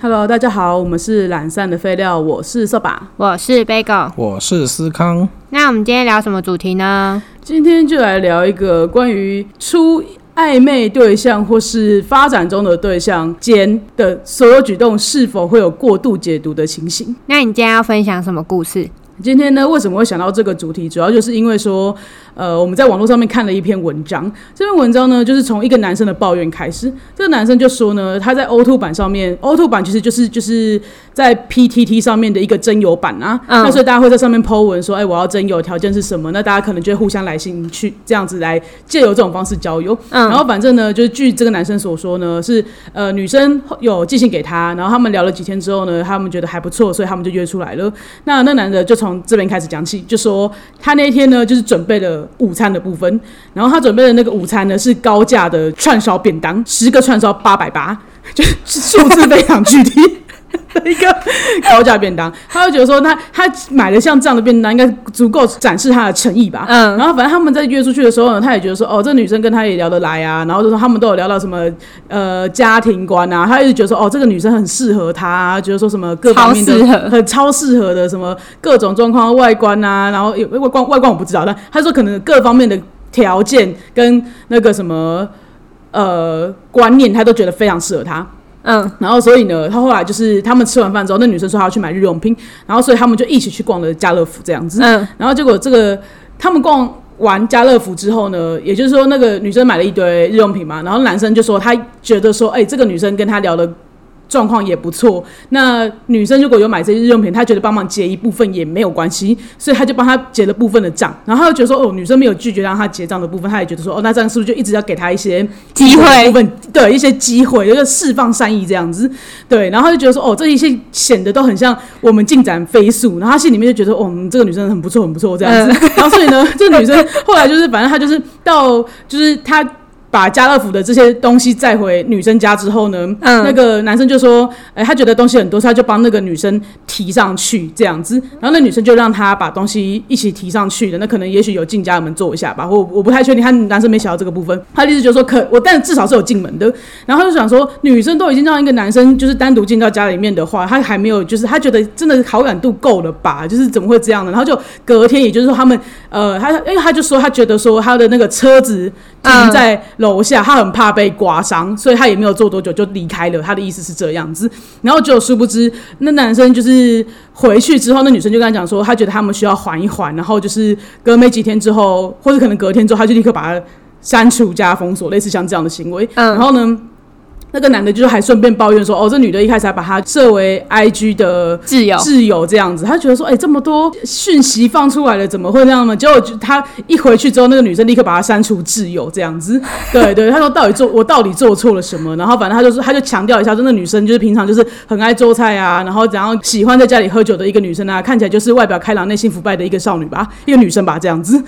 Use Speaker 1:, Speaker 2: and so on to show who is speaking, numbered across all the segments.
Speaker 1: Hello，大家好，我们是懒散的废料，我是扫把。
Speaker 2: 我是 Bagel。
Speaker 3: 我是思康，
Speaker 2: 那我们今天聊什么主题呢？
Speaker 1: 今天就来聊一个关于出暧昧对象或是发展中的对象间的所有举动是否会有过度解读的情形。
Speaker 2: 那你今天要分享什么故事？
Speaker 1: 今天呢，为什么会想到这个主题？主要就是因为说，呃，我们在网络上面看了一篇文章，这篇文章呢，就是从一个男生的抱怨开始。这个男生就说呢，他在 O Two 版上面，O Two 版其实就是就是在 PTT 上面的一个征友版啊。
Speaker 2: 嗯
Speaker 1: 那所以大家会在上面 Po 文说，哎、我要征友，条件是什么？那大家可能就会互相来信去这样子来借由这种方式交友。
Speaker 2: 嗯
Speaker 1: 然后反正呢，就是据这个男生所说呢，是呃女生有寄信给他，然后他们聊了几天之后呢，他们觉得还不错，所以他们就约出来了。那那男的就从这边开始讲起，就说他那天呢就是准备了午餐的部分，然后他准备的那个午餐呢是高价的串烧便当，十个串烧八百八， 就是数字非常具体。的一个高价便当，他就觉得说那他买了像这样的便当，应该足够展示他的诚意吧。
Speaker 2: 嗯
Speaker 1: 然后反正他们在约出去的时候呢，他也觉得说，哦，这女生跟他也聊得来啊，然后就说他们都有聊到什么呃家庭观啊，他一直觉得说，哦，这个女生很适合他、啊，觉得说什么各方面的
Speaker 2: 超适合
Speaker 1: 很超适合的什么各种状况外观啊，然后有外观外观我不知道，但他说可能各方面的条件跟那个什么呃观念，他都觉得非常适合他。
Speaker 2: 嗯，
Speaker 1: 然后所以呢，他后来就是他们吃完饭之后，那女生说她要去买日用品，然后所以他们就一起去逛了家乐福这样子。
Speaker 2: 嗯，
Speaker 1: 然后结果这个他们逛完家乐福之后呢，也就是说那个女生买了一堆日用品嘛，然后男生就说他觉得说，哎、这个女生跟他聊的。状况也不错，那女生如果有买这些日用品，她觉得帮忙结一部分也没有关系，所以他就帮她结了部分的账，然后他就觉得说，哦，女生没有拒绝让他结账的部分，他也觉得说，哦，那这样是不是就一直要给他一些
Speaker 2: 机
Speaker 1: 部
Speaker 2: 会。
Speaker 1: 分对一些机会，就是释放善意这样子。对，然后他就觉得说，哦，这一切显得都很像我们进展飞速，然后他心里面就觉得，哦，嗯这个女生很不错，很不错这样子。
Speaker 2: 嗯
Speaker 1: 然后所以呢，这个女生后来就是，反正她就是到，就是她。把家乐福的这些东西载回女生家之后呢，
Speaker 2: 嗯
Speaker 1: 那个男生就说：“哎、他觉得东西很多，所以他就帮那个女生提上去这样子。然后那女生就让他把东西一起提上去的。那可能也许有进家门坐一下吧，我我不太确定。他男生没想到这个部分，他的意思就是说可我，但至少是有进门的。然后他就想说，女生都已经让一个男生就是单独进到家里面的话，他还没有，就是他觉得真的好感度够了吧？就是怎么会这样呢？然后就隔天，也就是说他们呃，他因为他就说他觉得说他的那个车子停在楼下，他很怕被刮伤，所以他也没有坐多久就离开了。他的意思是这样子，然后就殊不知那男生就是回去之后，那女生就跟他讲说，他觉得他们需要缓一缓，然后就是隔没几天之后，或者可能隔天之后，他就立刻把他删除加封锁，类似像这样的行为。
Speaker 2: 嗯
Speaker 1: 然后呢？那个男的就还顺便抱怨说：“哦，这女的一开始还把他设为 IG 的
Speaker 2: 挚友
Speaker 1: 挚友这样子，他觉得说，哎、这么多讯息放出来了，怎么会那样呢？结果就他一回去之后，那个女生立刻把他删除挚友这样子。对对，他说到底做我到底做错了什么？然后反正他就是他就强调一下，说那女生就是平常就是很爱做菜啊，然后然后喜欢在家里喝酒的一个女生啊，看起来就是外表开朗、内心腐败的一个少女吧，一个女生吧这样子。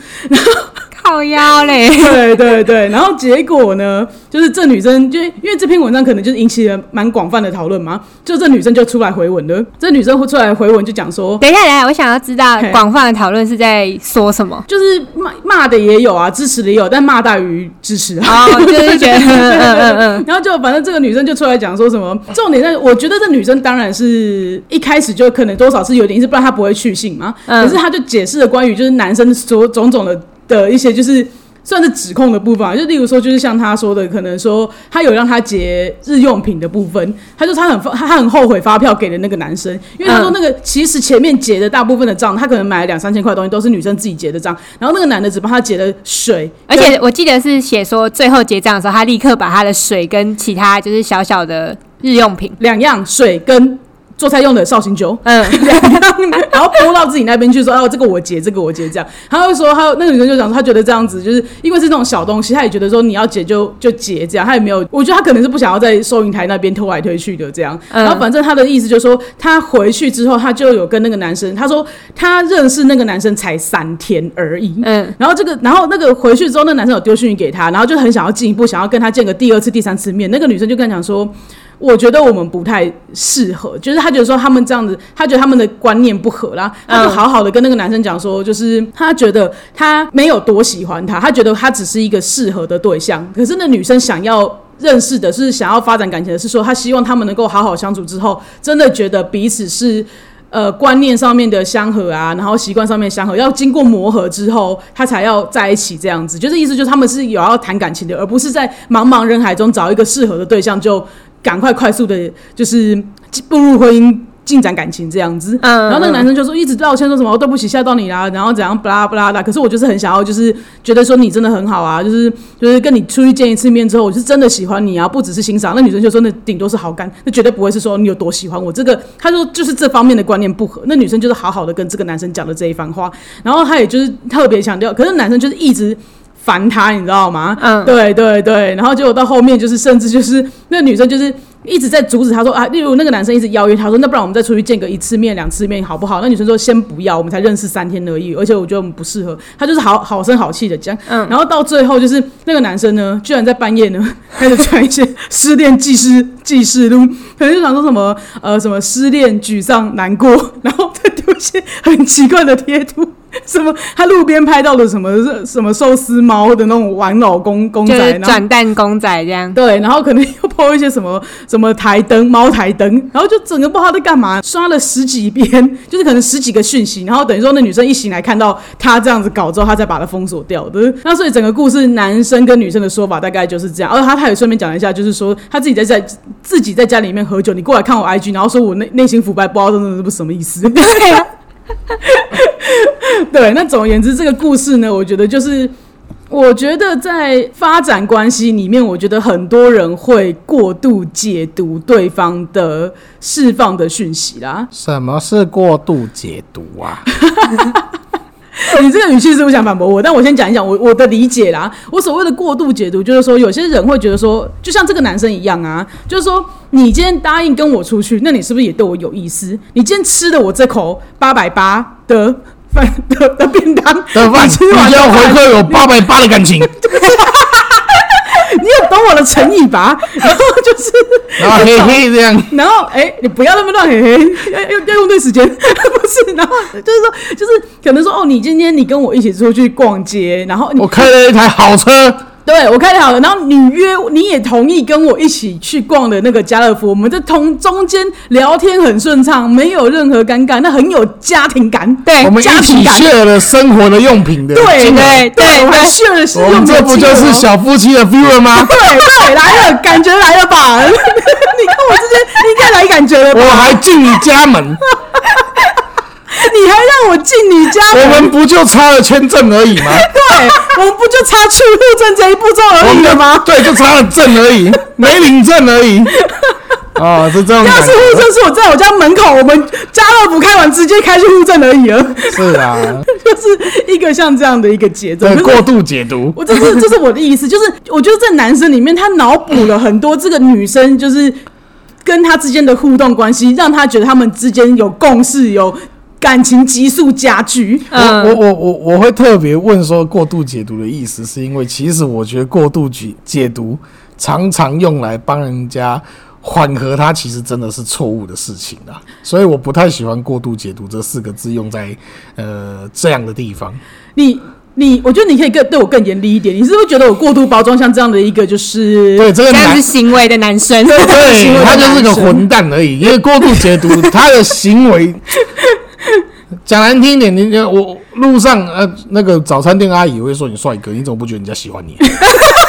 Speaker 2: 靠 腰嘞。
Speaker 1: 对对对，然后结果呢，就是这女生就因为这篇文章可能就是引起了蛮广泛的讨论嘛，就这女生就出来回文了，这女生会出来回文就讲说。
Speaker 2: 等一下，等一下，我想要知道
Speaker 1: 嘿。
Speaker 2: 广泛的讨论是在说什么
Speaker 1: 就是骂骂的也有啊，支持的也有，但骂大于支持啊。
Speaker 2: 哦，就是 觉得，嗯嗯嗯
Speaker 1: 然后就反正这个女生就出来讲说什么，重点在我觉得这女生当然是一开始就可能多少是有点意思，不然她不会去信嘛。
Speaker 2: 嗯
Speaker 1: 可是她就解释了关于就是男生所种种的的一些就是。算是指控的部分啊，就例如说，就是像她说的，可能说她有让她结日用品的部分，她就她很她她很后悔发票给了那个男生，因为她说
Speaker 2: 嗯
Speaker 1: 那个其实前面结的大部分的账，她可能买了两三千块的东西都是女生自己结的账，然后那个男的只帮她结了水，
Speaker 2: 而且我记得是写说最后结账的时候，他立刻把他的水跟其他就是小小的日用品，
Speaker 1: 两样水跟做菜用的绍兴酒，
Speaker 2: 嗯，
Speaker 1: 然后拨到自己那边去说，哦，这个我结，这个我结，这样。他会说，他那个女生就讲说，她觉得这样子就是因为是这种小东西，她也觉得说你要结就就结这样，她也没有，我觉得她可能是不想要在收银台那边推来推去的这样。
Speaker 2: 嗯
Speaker 1: 然后反正她的意思就是说，她回去之后，她就有跟那个男生，她说她认识那个男生才三天而已，
Speaker 2: 嗯，
Speaker 1: 然后这个，然后那个回去之后，那男生有丢讯息给她，然后就很想要进一步，想要跟她见个第二次、第三次面。那个女生就跟他讲说。我觉得我们不太适合，就是她觉得说他们这样子，她觉得他们的观念不合啦，她就
Speaker 2: 嗯
Speaker 1: 好好的跟那个男生讲说，就是她觉得她没有多喜欢他，她觉得他只是一个适合的对象，可是那女生想要认识的，是想要发展感情的，是说他希望他们能够好好相处之后，真的觉得彼此是。呃，观念上面的相合啊，然后习惯上面相合，要经过磨合之后，他才要在一起这样子。就是意思就是他们是有要谈感情的，而不是在茫茫人海中找一个适合的对象就赶快快速的，就是步入婚姻进展感情这样子。
Speaker 2: 嗯
Speaker 1: 然后那个
Speaker 2: 嗯
Speaker 1: 男生就说一直道歉说什么、哦对不起吓到你啦，然后怎样不啦不啦啦。可是我就是很想要，就是觉得说你真的很好啊，就是就是跟你出去见一次面之后，我是真的喜欢你啊，不只是欣赏。那女生就说那顶多是好感，那绝对不会是说你有多喜欢我。这个他说就是这方面的观念不合。那女生就是好好的跟这个男生讲的这一番话，然后他也就是特别强调，可是男生就是一直。烦他，你知道吗？
Speaker 2: 嗯
Speaker 1: 对对对，然后结果到后面就是，甚至就是那女生就是一直在阻止他说啊，例如那个男生一直邀约他说，那不然我们再出去见个一次面、两次面好不好？那女生说先不要，我们才认识三天而已，而且我觉得我们不适合。他就是好好声好气的讲，
Speaker 2: 嗯
Speaker 1: 然后到最后就是那个男生呢，居然在半夜呢开始传一些失恋记事记事录，可能就想说什么呃什么失恋、沮丧、难过， 然后再丢一些很奇怪的贴图。什么？他路边拍到的什么什么寿司猫的那种玩偶公公
Speaker 2: 就
Speaker 1: 仔，
Speaker 2: 是
Speaker 1: 然后。
Speaker 2: 转蛋公仔这样。
Speaker 1: 对，然后可能又 抛一些什么什么台灯、猫台灯，然后就整个不知道他在干嘛，刷了十几遍，就是可能十几个讯息，然后等于说那女生一醒来看到他这样子搞之后，他才把他封锁掉的。 那所以整个故事，男生跟女生的说法大概就是这样。而他他也顺便讲了一下，就是说他自己在在自己在家里面喝酒，你过来看我 IG，然后说我内内心腐败，不知道真的是不是什么意思。
Speaker 2: 对啊，
Speaker 1: 对，那总而言之，这个故事呢，我觉得就是，我觉得在发展关系里面，我觉得很多人会过度解读对方的释放的讯息啦。
Speaker 3: 什么是过度解读啊？
Speaker 1: 你这个语气是不是想反驳我？但我先讲一讲我我的理解啦。我所谓的过度解读，就是说有些人会觉得说，就像这个男生一样啊，就是说你今天答应跟我出去，那你是不是也对我有意思？你今天吃了我这口八百八的饭的的便当，
Speaker 3: 的饭
Speaker 1: 你吃完
Speaker 3: 你要
Speaker 1: 了
Speaker 3: 回
Speaker 1: 饭
Speaker 3: 馈我八百八的感 情，
Speaker 1: 你有懂我的诚意吧？ 然后就是，
Speaker 3: 然后啊嘿嘿这样，
Speaker 1: 然后哎、你不要那么乱嘿嘿，要要要用对时间， 不是？然后就是说，就是可能说哦，你今天你跟我一起出去逛街，然后你
Speaker 3: 我开了一台好车，
Speaker 1: 对我开的好了，然后你约你也同意跟我一起去逛的那个家乐福，我们在同中间聊天很顺畅，没有任何尴尬，那很有家庭感，
Speaker 2: 对
Speaker 3: 我们
Speaker 1: 家
Speaker 3: 一
Speaker 1: 庭
Speaker 3: 起
Speaker 1: 感
Speaker 3: share 了生活的用品的
Speaker 1: 对
Speaker 3: 金额，
Speaker 2: 对对
Speaker 1: 我还
Speaker 2: 对
Speaker 1: 去了是
Speaker 3: 我
Speaker 1: 用
Speaker 3: 们这
Speaker 1: 的
Speaker 3: 不
Speaker 1: 金
Speaker 3: 就
Speaker 1: 额
Speaker 3: 是小夫妻的 view 吗？
Speaker 1: 对对来了，感觉来了吧？ 你看我之间应该来感觉了吧
Speaker 3: 我？还进你家门，
Speaker 1: 你还让我进你家
Speaker 3: 我
Speaker 1: 门？
Speaker 3: 们不就差了签证而 已吗？
Speaker 1: 对，我们不就差去户证这一步骤而
Speaker 3: 我
Speaker 1: 已
Speaker 3: 们
Speaker 1: 了
Speaker 3: 就
Speaker 1: 吗？
Speaker 3: 对，就差了证而 已，没领证而已。哦，是这
Speaker 1: 要
Speaker 3: 种感
Speaker 1: 是户
Speaker 3: 觉，
Speaker 1: 证是我在我家门口，我们家乐福开完直接开去户证而已了，
Speaker 3: 是啊，
Speaker 1: 就是一个像这样的一个节奏。
Speaker 3: 对，
Speaker 1: 可是
Speaker 3: 过度解读，
Speaker 1: 我这是这是我的意思，就是我觉得在男生里面，他脑补了很多这个女生就是跟他之间的互动关系，让他觉得他们之间有共识，有感情急速加剧。
Speaker 2: 嗯
Speaker 3: 我我我我会特别问说过度解读的意思，是因为其实我觉得过度解解读常常用来帮人家缓和他其实真的是错误的事情啊，所以我不太喜欢过度解读这四个字用在呃这样的地方。
Speaker 1: 你你，我觉得你可以更对我更严厉一点。你是不是觉得我过度包装像这样的一个就是
Speaker 3: 对，这个
Speaker 2: 这样
Speaker 3: 男
Speaker 2: 子行为的男生，
Speaker 1: 行为
Speaker 3: 对
Speaker 1: 的
Speaker 3: 他就是个
Speaker 1: 男生
Speaker 3: 混蛋而已，因为过度解读他的行为。讲难听一点，你我路上呃那个早餐店阿姨会说你帅哥，你怎么不觉得人家喜欢你？啊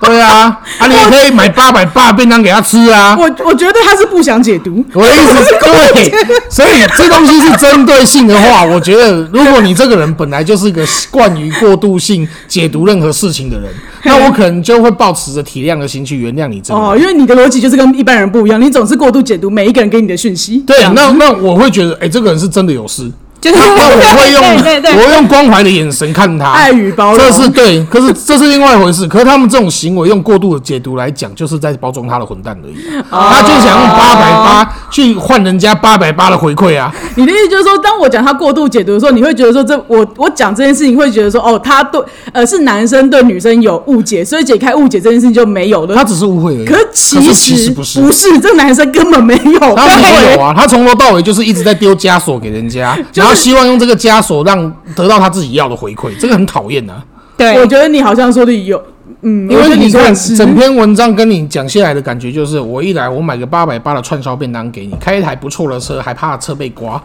Speaker 3: 对啊，啊你也可以买八百八便当给他吃啊。
Speaker 1: 我我觉得他是不想解读，
Speaker 3: 我的意思是，对，所以这东西是针对性的话，我觉得如果你这个人本来就是一个惯于过度性解读任何事情的人，那我可能就会抱持着体谅的心去原谅你这个人。
Speaker 1: 哦，因为你的逻辑就是跟一般人不一样，你总是过度解读每一个人给你的讯息。
Speaker 3: 对，啊那那我会觉得，哎、这个人是真的有 事。
Speaker 2: 就是
Speaker 3: 那那我会用，
Speaker 2: 对对
Speaker 3: 我
Speaker 2: 对，
Speaker 3: 会用关怀的眼神看他，
Speaker 1: 爱与包容
Speaker 3: 这是对，可是这是另外一回事。可是他们这种行为用过度的解读来讲，就是在包装他的混蛋而已。
Speaker 1: 哦
Speaker 3: 他就想用八百八去换人家八百八的回馈啊，
Speaker 1: 你的意思就是说，当我讲他过度解读的时候，你会觉得说这我我讲这件事情会觉得说哦，他对呃是男生对女生有误解，所以解开误解这件事情就没有
Speaker 3: 他
Speaker 1: 了。
Speaker 3: 只是误会而已。
Speaker 1: 可是
Speaker 3: 可
Speaker 1: 其
Speaker 3: 是
Speaker 1: 实
Speaker 3: 其实不是
Speaker 1: 不是这男生根本没有，
Speaker 3: 他没有
Speaker 1: 对
Speaker 3: 啊，他从头到尾就是一直在丢枷锁给人家，
Speaker 1: 就是
Speaker 3: 然后希望用这个枷锁让得到他自己要的回馈，这个很讨厌啊。
Speaker 2: 对
Speaker 1: 我觉得你好像说的有嗯，
Speaker 3: 因
Speaker 1: 我觉
Speaker 3: 为
Speaker 1: 得
Speaker 3: 你
Speaker 1: 说
Speaker 3: 看嗯
Speaker 1: 的是
Speaker 3: 整篇文章跟你讲下来的感觉就是，我一来我买个八百八的串烧便当给你，开一台不错的车，还怕车被 刮，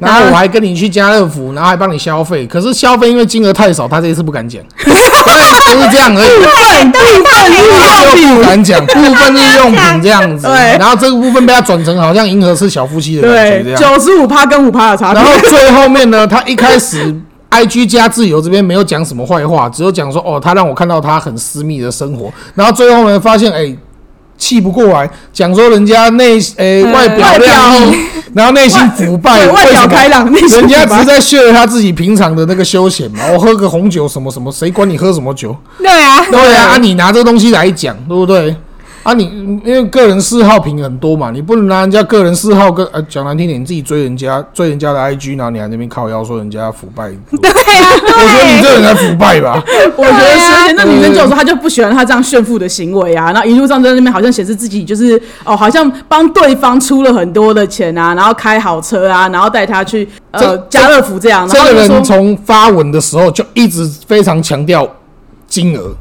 Speaker 3: 然后我还跟你去家乐福，然后还帮你消费，可是消费因为金额太少，他这一次不敢 讲，所以不是这样而已。
Speaker 1: 部分日用
Speaker 3: 不
Speaker 1: 品，
Speaker 3: 敢讲部分日用品这样子，
Speaker 1: 对
Speaker 3: 然后这个部分被他转成好像迎合是小夫妻的感觉这
Speaker 1: 对，
Speaker 3: 样。
Speaker 1: 九十五趴跟五趴的差
Speaker 3: 然后
Speaker 1: 别。
Speaker 3: 最后面呢，他一开始 I G 加自由这边没有讲什么坏话，只有讲说哦，他让我看到他很私密的生活。然后最后呢，发现哎。气不过来，讲说人家内诶、
Speaker 2: 嗯
Speaker 3: 外表亮丽，然后内心腐败，
Speaker 1: 对外
Speaker 3: 哎为什
Speaker 1: 表
Speaker 3: 么
Speaker 1: 开朗内心
Speaker 3: 人家
Speaker 1: 腐
Speaker 3: 只
Speaker 1: 败
Speaker 3: 是在炫他自己平常的那个休闲嘛。我喝个红酒什么什么，谁管你喝什么酒？
Speaker 2: 对啊，
Speaker 3: 对 啊，啊你拿这个东西来讲，对不对？啊你，因为个人嗜好品很多嘛，你不能拿人家个人嗜好跟呃讲难听点，你自己追人家追人家的 IG，然后你还在那边靠腰说人家腐 败，我
Speaker 2: 对啊，
Speaker 3: 觉得你这人才腐败吧？
Speaker 1: 我觉得是，而且那女生就
Speaker 3: 对啊
Speaker 1: 有说她就不喜欢她这样炫富的行为啊，然后一路上在那边好像显示自己就是哦，好像帮对方出了很多的钱啊，然后开好车啊，然后带她去 呃
Speaker 3: 这
Speaker 1: 家乐福这样，然
Speaker 3: 这
Speaker 1: 后
Speaker 3: 个
Speaker 1: 就
Speaker 3: 人
Speaker 1: 说
Speaker 3: 从发文的时候就一直非常强调金额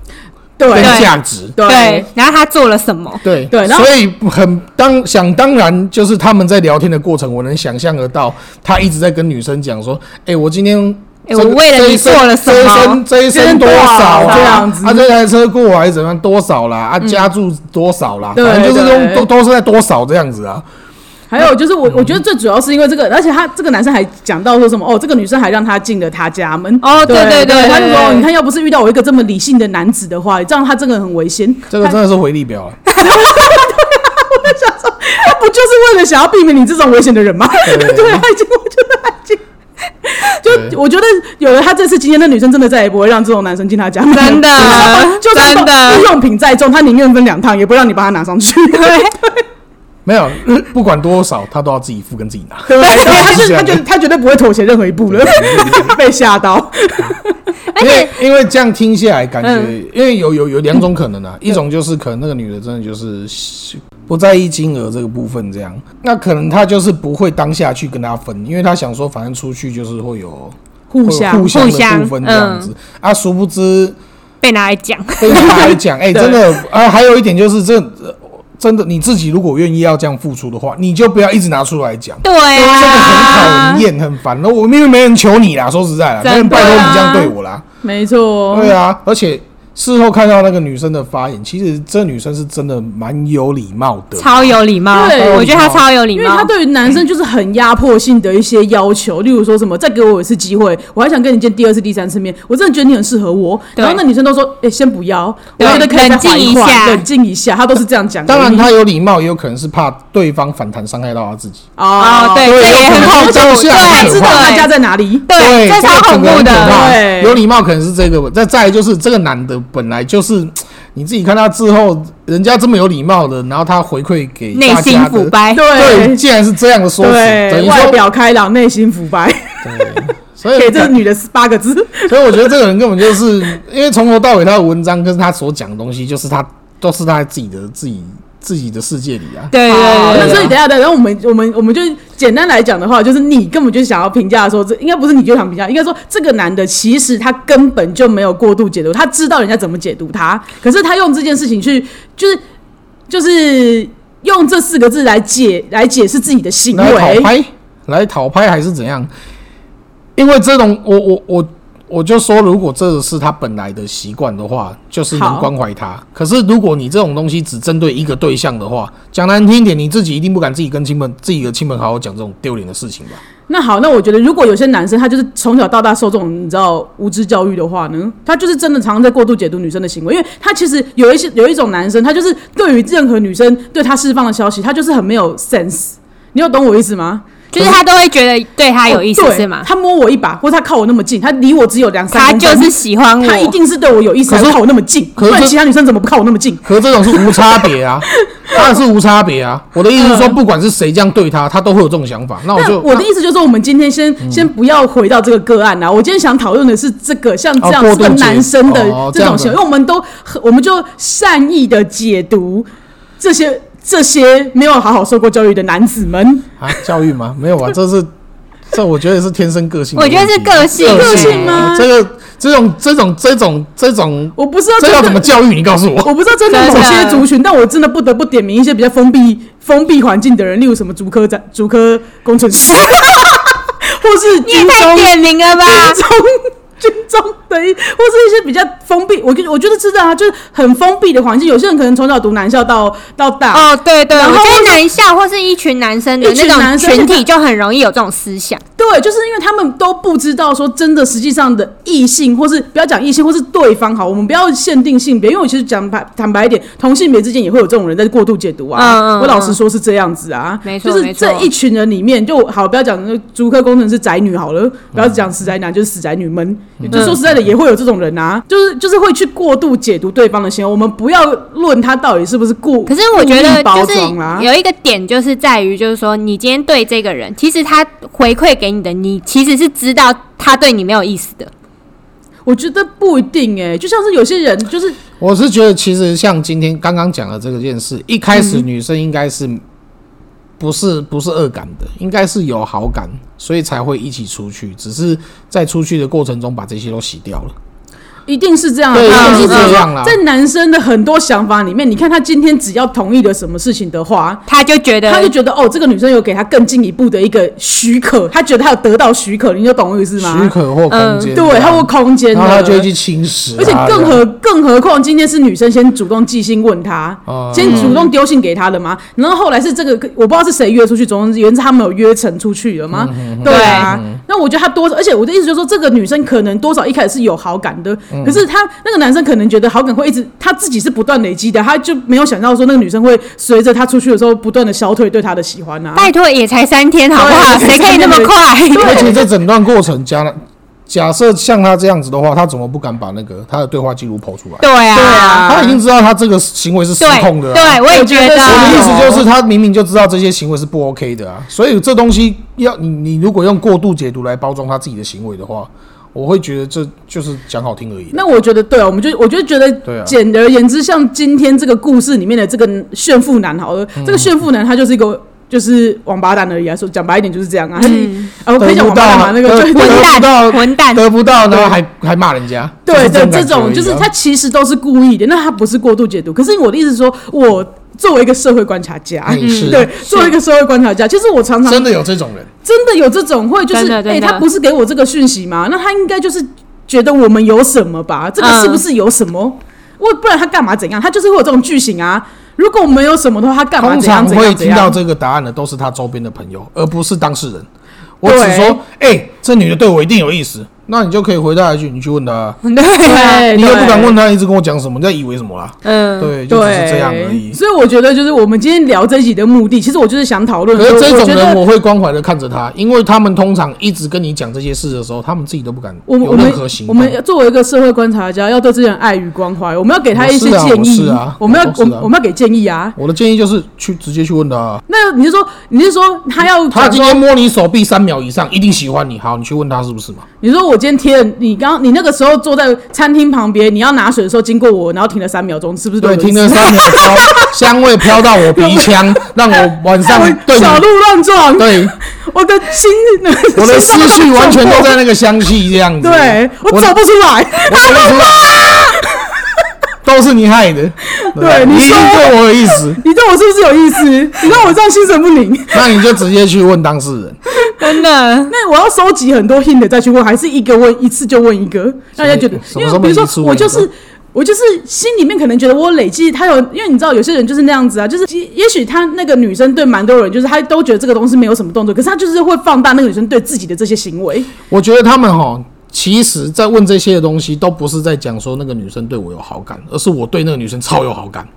Speaker 3: 跟
Speaker 1: 对
Speaker 3: 价值。
Speaker 1: 对
Speaker 2: 对，然后他做了什么？
Speaker 3: 对
Speaker 1: 对然后
Speaker 3: 所以很当想当然，就是他们在聊天的过程，我能想象得到，他一直在跟女生讲说：“哎、我今天
Speaker 2: 哎
Speaker 3: 这个
Speaker 2: 我为了
Speaker 3: 这一
Speaker 2: 你
Speaker 3: 身
Speaker 2: 做了什么
Speaker 3: 这一身这一身多
Speaker 1: 这一身
Speaker 3: 少
Speaker 1: 多
Speaker 3: 啦
Speaker 1: 少这样子
Speaker 3: 啊，这台车过来怎么样多少啦？啊，家住多少啦？
Speaker 1: 对
Speaker 3: 反正就是
Speaker 1: 对
Speaker 3: 都都都是在多少这样子啊。
Speaker 1: 还有就是我，我觉得最主要是因为这个，而且他这个男生还讲到说什么哦，这个女生还让他进了他家门。
Speaker 2: 哦对对
Speaker 1: 对
Speaker 2: 对对
Speaker 1: 他就
Speaker 2: 对
Speaker 1: 说，你看，要不是遇到我一个这么理性的男子的话，这样他真的很危险。
Speaker 3: 这个真的是回力镖啊！
Speaker 1: 我在想说，他不就是为了想要避免你这种危险的人吗？
Speaker 3: 对 对
Speaker 1: 对，他已经，我觉得他已经。
Speaker 3: 对
Speaker 1: 就我觉得有了他这次经验，那女生真的再也不会让这种男生进她家门。
Speaker 2: 真的
Speaker 1: 就算
Speaker 2: 真的
Speaker 1: 日用品再重，他宁愿分两趟，也不让你帮他拿上去。
Speaker 2: 对，
Speaker 3: 没有，嗯不管多少，他都要自己付跟自己拿。
Speaker 1: 对，他
Speaker 3: 是
Speaker 1: 是
Speaker 3: 这
Speaker 1: 他
Speaker 3: 样
Speaker 1: 绝他绝对不会妥协任何一步了， 被吓到。
Speaker 2: 而
Speaker 3: 因为
Speaker 2: 且
Speaker 3: 因为这样听下来，感觉、
Speaker 2: 嗯
Speaker 3: 因为有有有两种可能啊，一种就是可能那个女的真的就是不在意金额这个部分，这样，那可能她就是不会当下去跟他分，因为她想说反正出去就是会有
Speaker 1: 互
Speaker 3: 会有
Speaker 1: 相
Speaker 3: 互相
Speaker 2: 互相嗯
Speaker 3: 的部分这样子、啊，殊 不知
Speaker 2: 被拿来讲，
Speaker 3: 被他来讲，哎、
Speaker 1: 对
Speaker 3: 真的啊，还有一点就是这真的你自己如果愿意要这样付出的话，你就不要一直拿出来讲。
Speaker 2: 对
Speaker 3: 这个很
Speaker 2: 啊，
Speaker 3: 讨厌，很烦。那我因为没人求你啦，说实在啦，没人
Speaker 2: 真的
Speaker 3: 拜
Speaker 2: 啊
Speaker 3: 托你这样对我啦。
Speaker 1: 没错，
Speaker 2: 哦
Speaker 3: 对啊，而且事后看到那个女生的发言，其实这女生是真的蛮有礼貌的。
Speaker 2: 超有礼貌，
Speaker 1: 对
Speaker 2: 我觉得他超有礼
Speaker 1: 因为他
Speaker 2: 貌，
Speaker 1: 对于男生就是很压迫性的一些要求，例如说什么再给我一次机会，我还想跟你见第二次、第三次面，我真的觉得你很适合我。
Speaker 2: 对
Speaker 1: 然后那女生都说，哎、先不要，我
Speaker 2: 对
Speaker 1: 觉得可以再缓
Speaker 2: 冷静一
Speaker 1: 缓
Speaker 2: 下
Speaker 1: 冷静一下，他都是这样讲的。
Speaker 3: 当然，她有礼貌，也有可能是怕对方反弹伤害到她自己。
Speaker 2: 哦
Speaker 1: 哦，
Speaker 2: 对这也很恐怖
Speaker 1: 我想
Speaker 2: 对
Speaker 1: 啊知道他
Speaker 2: 对
Speaker 1: 家在哪里。
Speaker 2: 对，这
Speaker 3: 这
Speaker 2: 超
Speaker 3: 个
Speaker 2: 恐
Speaker 3: 整个
Speaker 2: 怖
Speaker 3: 很可
Speaker 2: 的，
Speaker 3: 怕
Speaker 1: 对
Speaker 3: 有礼貌可能是这个，再再来就是这个男的本来就是。你自己看他之后，人家这么有礼貌的，然后他回馈给
Speaker 2: 内
Speaker 3: 大
Speaker 2: 心
Speaker 3: 家
Speaker 2: 腐
Speaker 3: 的，
Speaker 2: 败，
Speaker 3: 对，
Speaker 1: 对
Speaker 3: 既然是这样的说辞，等
Speaker 1: 对，
Speaker 3: 于
Speaker 1: 外
Speaker 3: 说，
Speaker 1: 表开朗，内心腐 败，
Speaker 3: 所以
Speaker 1: 给这
Speaker 3: 感
Speaker 1: 女的八个字。
Speaker 3: 所以我觉得这个人根本就是，因为从头到尾他的文章跟他所讲的东西，就是他都是他自己的自己自己的世界里啊。
Speaker 2: 对
Speaker 1: 哦
Speaker 2: 对
Speaker 1: 那
Speaker 2: 对
Speaker 1: 所以
Speaker 2: 对，
Speaker 1: 等一下，等一下，我们我们我们就简单来讲的话，就是你根本就想要评价说，这应该不是你就想评价，应该说这个男的其实他根本就没有过度解读，他知道人家怎么解读他，可是他用这件事情去，就是就是用这四个字来解来解释自己的行
Speaker 3: 来讨
Speaker 1: 为。
Speaker 3: 拍，来讨拍还是怎样？因为这种，我我我我就说，如果这是他本来的习惯的话，就是能
Speaker 1: 好
Speaker 3: 关怀他。可是如果你这种东西只针对一个对象的话，讲难听一点，你自己一定不敢自己跟亲朋自己的亲朋好友讲这种丢脸的事情吧？
Speaker 1: 那好，那我觉得如果有些男生他就是从小到大受这种你知道无知教育的话呢，他就是真的常常在过度解读女生的行为，因为他其实有一些有一种男生，他就是对于任何女生对他释放的消息，他就是很没有 sense。你有懂我意思吗？
Speaker 2: 就是他都会觉得对他有意思
Speaker 1: 哦对
Speaker 2: 是吗？
Speaker 1: 他摸我一把，或者他靠我那么近，他离我只有两三
Speaker 2: 他
Speaker 1: 公
Speaker 2: 就
Speaker 1: 分，
Speaker 2: 是喜欢
Speaker 1: 他一
Speaker 2: 我，
Speaker 1: 定是对我有意思，
Speaker 3: 可
Speaker 1: 才
Speaker 3: 是
Speaker 1: 靠我那么近。
Speaker 3: 可
Speaker 1: 不
Speaker 3: 是
Speaker 1: 然
Speaker 3: 这
Speaker 1: 其他女生怎么不靠我那么近？
Speaker 3: 可是这种是无差别啊，当然是无差别啊。我的意思是说，不管是谁这样对他，他都会有这种想法。那我嗯
Speaker 1: 那
Speaker 3: 哦就
Speaker 1: 我的意思就是说，我们今天先、先不要回到这个个案啦。啊我今天想讨论的是这个像这样这
Speaker 3: 哦过度
Speaker 1: 个
Speaker 3: 解
Speaker 1: 男生的
Speaker 3: 哦
Speaker 1: 这种
Speaker 3: 这样的
Speaker 1: 行为，因为我们都我们就善意的解读这些这些没有好好受过教育的男子们。
Speaker 3: 啊，教育吗？没有啊，这是这我觉得是天生个性
Speaker 2: 我
Speaker 3: 的问题。
Speaker 2: 觉得是个性
Speaker 1: 个
Speaker 3: 个啊
Speaker 1: 性吗
Speaker 3: 这个这种这种这种这种
Speaker 1: 我不知道
Speaker 3: 这要
Speaker 1: 真
Speaker 3: 怎么
Speaker 1: 的，
Speaker 3: 教育？你告诉我。
Speaker 1: 我不知道真 的
Speaker 2: 真的
Speaker 1: 某些族群，但我真的不得不点名一些比较封闭封闭环境的人，例如什么竹科展、竹科工程师， 或是
Speaker 2: 你也
Speaker 1: 军
Speaker 2: 太
Speaker 1: 中
Speaker 2: 点名了吧？
Speaker 1: 军中军中的一，或是一些比较封闭，我跟我觉得知道啊，就是很封闭的环境。有些人可能从小读男校到到大，
Speaker 2: 哦，对对，
Speaker 1: 然
Speaker 2: 我
Speaker 1: 后
Speaker 2: 觉
Speaker 1: 或
Speaker 2: 得
Speaker 1: 是
Speaker 2: 男校或是一群男生的
Speaker 1: 一群
Speaker 2: 那种
Speaker 1: 男生
Speaker 2: 群
Speaker 1: 现
Speaker 2: 体，
Speaker 1: 在
Speaker 2: 就很容易有这种思想。
Speaker 1: 对，就是因为他们都不知道说真的，实际上的异性，或是不要讲异性，或是对方好，我们不要限定性别，因为我其实讲白坦白一点，同性别之间也会有这种人在过度解读啊。
Speaker 2: 嗯嗯
Speaker 1: 我老实
Speaker 2: 嗯
Speaker 1: 说是这样子啊，
Speaker 2: 没错
Speaker 1: 就是
Speaker 2: 没错
Speaker 1: 这一群人里面，就好不要讲那足科工程师宅女好了，不要讲死宅男，就是死宅女们，
Speaker 2: 嗯
Speaker 1: 就说实在的，也会有这种人啊，就是就是会去过度解读对方的行为，我们不要论他到底是不是故，
Speaker 2: 可是我觉
Speaker 1: 故
Speaker 2: 得
Speaker 1: 意包
Speaker 2: 就是
Speaker 1: 装啦。
Speaker 2: 有一个点，就是在于就是说，你今天对这个人，其实他回馈给你的，你其实是知道他对你没有意思的。
Speaker 1: 我觉得不一定哎、就像是有些人就是
Speaker 3: 我是觉得，其实像今天刚刚讲的这个件事，一开始女生应该是不是不是恶感的，应该是有好感，所以才会一起出去。只是在出去的过程中把这些都洗掉了。
Speaker 1: 一定是这样啊的，
Speaker 3: 对
Speaker 1: 但
Speaker 2: 一定是
Speaker 1: 说
Speaker 3: 这样啊啦
Speaker 1: 在男生嗯的很多想法里面，你看他今天只要同意了什么事情的话，
Speaker 2: 他就觉得
Speaker 1: 他就觉得哦，这个女生有给他更进一步的一个许可，他觉得他有得到许可，你就懂我意思
Speaker 3: 许
Speaker 1: 吗？嗯
Speaker 3: 可或空间，啊
Speaker 1: 对，他有空间
Speaker 3: 然
Speaker 1: 的，
Speaker 3: 后他就会去侵蚀啊，
Speaker 1: 而且更
Speaker 3: 这样
Speaker 1: 何更何况，今天是女生先主动寄信问他，
Speaker 3: 哦
Speaker 1: 先主动丢信给他的嘛。然后后来是这个，我不知道是谁约出去，总之原是他们有约成出去了吗？对啊。那我觉得他多少，而且我的意思就是说，这个女生可能多少一开始是有好感的，可是他那个男生可能觉得好感会一直他自己是不断累积的，他就没有想到说那个女生会随着他出去的时候不断的消退对他的喜欢啊。
Speaker 2: 拜托也才三天好不好？
Speaker 1: 对
Speaker 2: 谁可以那么快？啊
Speaker 3: 而且这整段过程加假设像他这样子的话，他怎么不敢把那个他的对话记录剖出来？
Speaker 2: 对啊，
Speaker 3: 他已经知道他这个行为是失
Speaker 2: 对
Speaker 3: 控的、啊，
Speaker 2: 对，我也觉得
Speaker 3: 我的意思
Speaker 1: 是
Speaker 3: 就是，他明明就知道这些行为是不 OK 的啊，所以这东西要你你如果用过度解读来包装他自己的行为的话，我会觉得这就是讲好听而已。
Speaker 1: 那我觉得对啊，我们就我就觉得
Speaker 3: 对啊，
Speaker 1: 简而言之，像今天这个故事里面的这个炫富男，好了，
Speaker 3: 嗯
Speaker 1: 这个炫富男他就是一个就是王八蛋而已啊。说讲白一点就是这样啊，他就啊，我可以讲王八蛋嘛，那个
Speaker 3: 得不到
Speaker 1: 就对
Speaker 3: 啊
Speaker 2: 混蛋，
Speaker 3: 得
Speaker 2: 混蛋，
Speaker 3: 得不到，然后还还骂人家，
Speaker 1: 对
Speaker 3: 就是
Speaker 1: 对，
Speaker 3: 这
Speaker 1: 这
Speaker 3: 种
Speaker 1: 种
Speaker 3: 感觉
Speaker 1: 就是
Speaker 3: 而已啊
Speaker 1: 他其实都是故意的，那他不是过度解读。可是我的意思是说，我作为一个社会观察家，
Speaker 3: 嗯是
Speaker 1: 对，作为一个社会观察家，其实我常常
Speaker 3: 真的有这种人，
Speaker 1: 真的有这种会，就是
Speaker 2: 真的
Speaker 1: 哎、
Speaker 2: 真的
Speaker 1: 他不是给我这个讯息吗？那他应该就是觉得我们有什么吧？这个
Speaker 2: 嗯
Speaker 1: 是不是有什么？我不然他干嘛怎样？他就是会有这种剧情啊。如果没有什么的话，他干嘛
Speaker 3: 通
Speaker 1: 怎样哎
Speaker 3: 常
Speaker 1: 怎
Speaker 3: 会
Speaker 1: 样怎
Speaker 3: 听到
Speaker 1: 样？
Speaker 3: 这个答案的都是他周边的朋友，而不是当事人。我
Speaker 1: 对
Speaker 3: 只说，哎、这女的对我一定有意思，那你就可以回答一句，你去问她啊，
Speaker 2: 对，
Speaker 1: 哎对，
Speaker 3: 你又不敢
Speaker 1: 对
Speaker 3: 问她，一直跟我讲什么，你在以为什么啦？
Speaker 2: 嗯，
Speaker 3: 对，就只是这样而已
Speaker 1: 对，。所以我觉得就是我们今天聊这一集的目的，其实我就是想讨论，
Speaker 3: 可是这
Speaker 1: 我
Speaker 3: 种
Speaker 1: 觉
Speaker 3: 人，
Speaker 1: 得
Speaker 3: 我会关怀的看着他，因为他们通常一直跟你讲这些事的时候，他们自己都不敢
Speaker 1: 我们
Speaker 3: 有
Speaker 1: 我
Speaker 3: 任
Speaker 1: 们
Speaker 3: 何行
Speaker 1: 我
Speaker 3: 动。
Speaker 1: 们作为一个社会观察家，要对这些人爱与关怀，我们要给他一些
Speaker 3: 我是啊
Speaker 1: 建
Speaker 3: 我
Speaker 1: 议
Speaker 3: 是啊，
Speaker 1: 我们要
Speaker 3: 我是
Speaker 1: 我
Speaker 3: 啊
Speaker 1: 们我们要给建议啊。
Speaker 3: 我的建议就是去直接去问他，
Speaker 1: 那你是说你是说他要
Speaker 3: 他
Speaker 1: 讲
Speaker 3: 今
Speaker 1: 说
Speaker 3: 天摸你手臂三秒以上，一定喜欢你。好，你去问他是不是嘛？
Speaker 1: 你说我今天贴了，你刚你那个时候坐在餐厅旁边，你要拿水的时候经过我，然后停了三秒钟，是不是
Speaker 3: 对，
Speaker 1: 我有意
Speaker 3: 听
Speaker 1: 思
Speaker 3: 了三秒 飘，香味飘到我鼻腔，让我晚上
Speaker 1: 哎
Speaker 3: 对
Speaker 1: 我
Speaker 3: 你
Speaker 1: 小鹿乱撞，
Speaker 3: 对
Speaker 1: 我的心，
Speaker 3: 我的思绪完全 都在那个香气这样子。
Speaker 1: 对我
Speaker 3: 我
Speaker 1: 走不出来。
Speaker 3: 我走不出来， 都是你害的。
Speaker 1: 对
Speaker 3: 你
Speaker 1: 你
Speaker 3: 一定
Speaker 1: 说
Speaker 3: 对我有 意思，
Speaker 1: 你对我是不是有意思？你让我这样心神不宁。
Speaker 3: 那你就直接去问当事人。
Speaker 2: 真的，
Speaker 1: 那我要收集很多 hint 再去问，还是一个问一次就问一个，让人家觉得，
Speaker 3: 什
Speaker 1: 因为
Speaker 3: 么什么
Speaker 1: 比如
Speaker 3: 一次
Speaker 1: 说
Speaker 3: 问
Speaker 1: 我
Speaker 3: 一个
Speaker 1: 就是。我就是心里面可能觉得我累积，他有，因为你知道有些人就是那样子啊，就是也也许他那个女生对蛮多人，就是他都觉得这个东西没有什么动作，可是他就是会放大那个女生对自己的这些行为。
Speaker 3: 我觉得他们哈，其实在问这些的东西，都不是在讲说那个女生对我有好感，而是我对那个女生超有好感。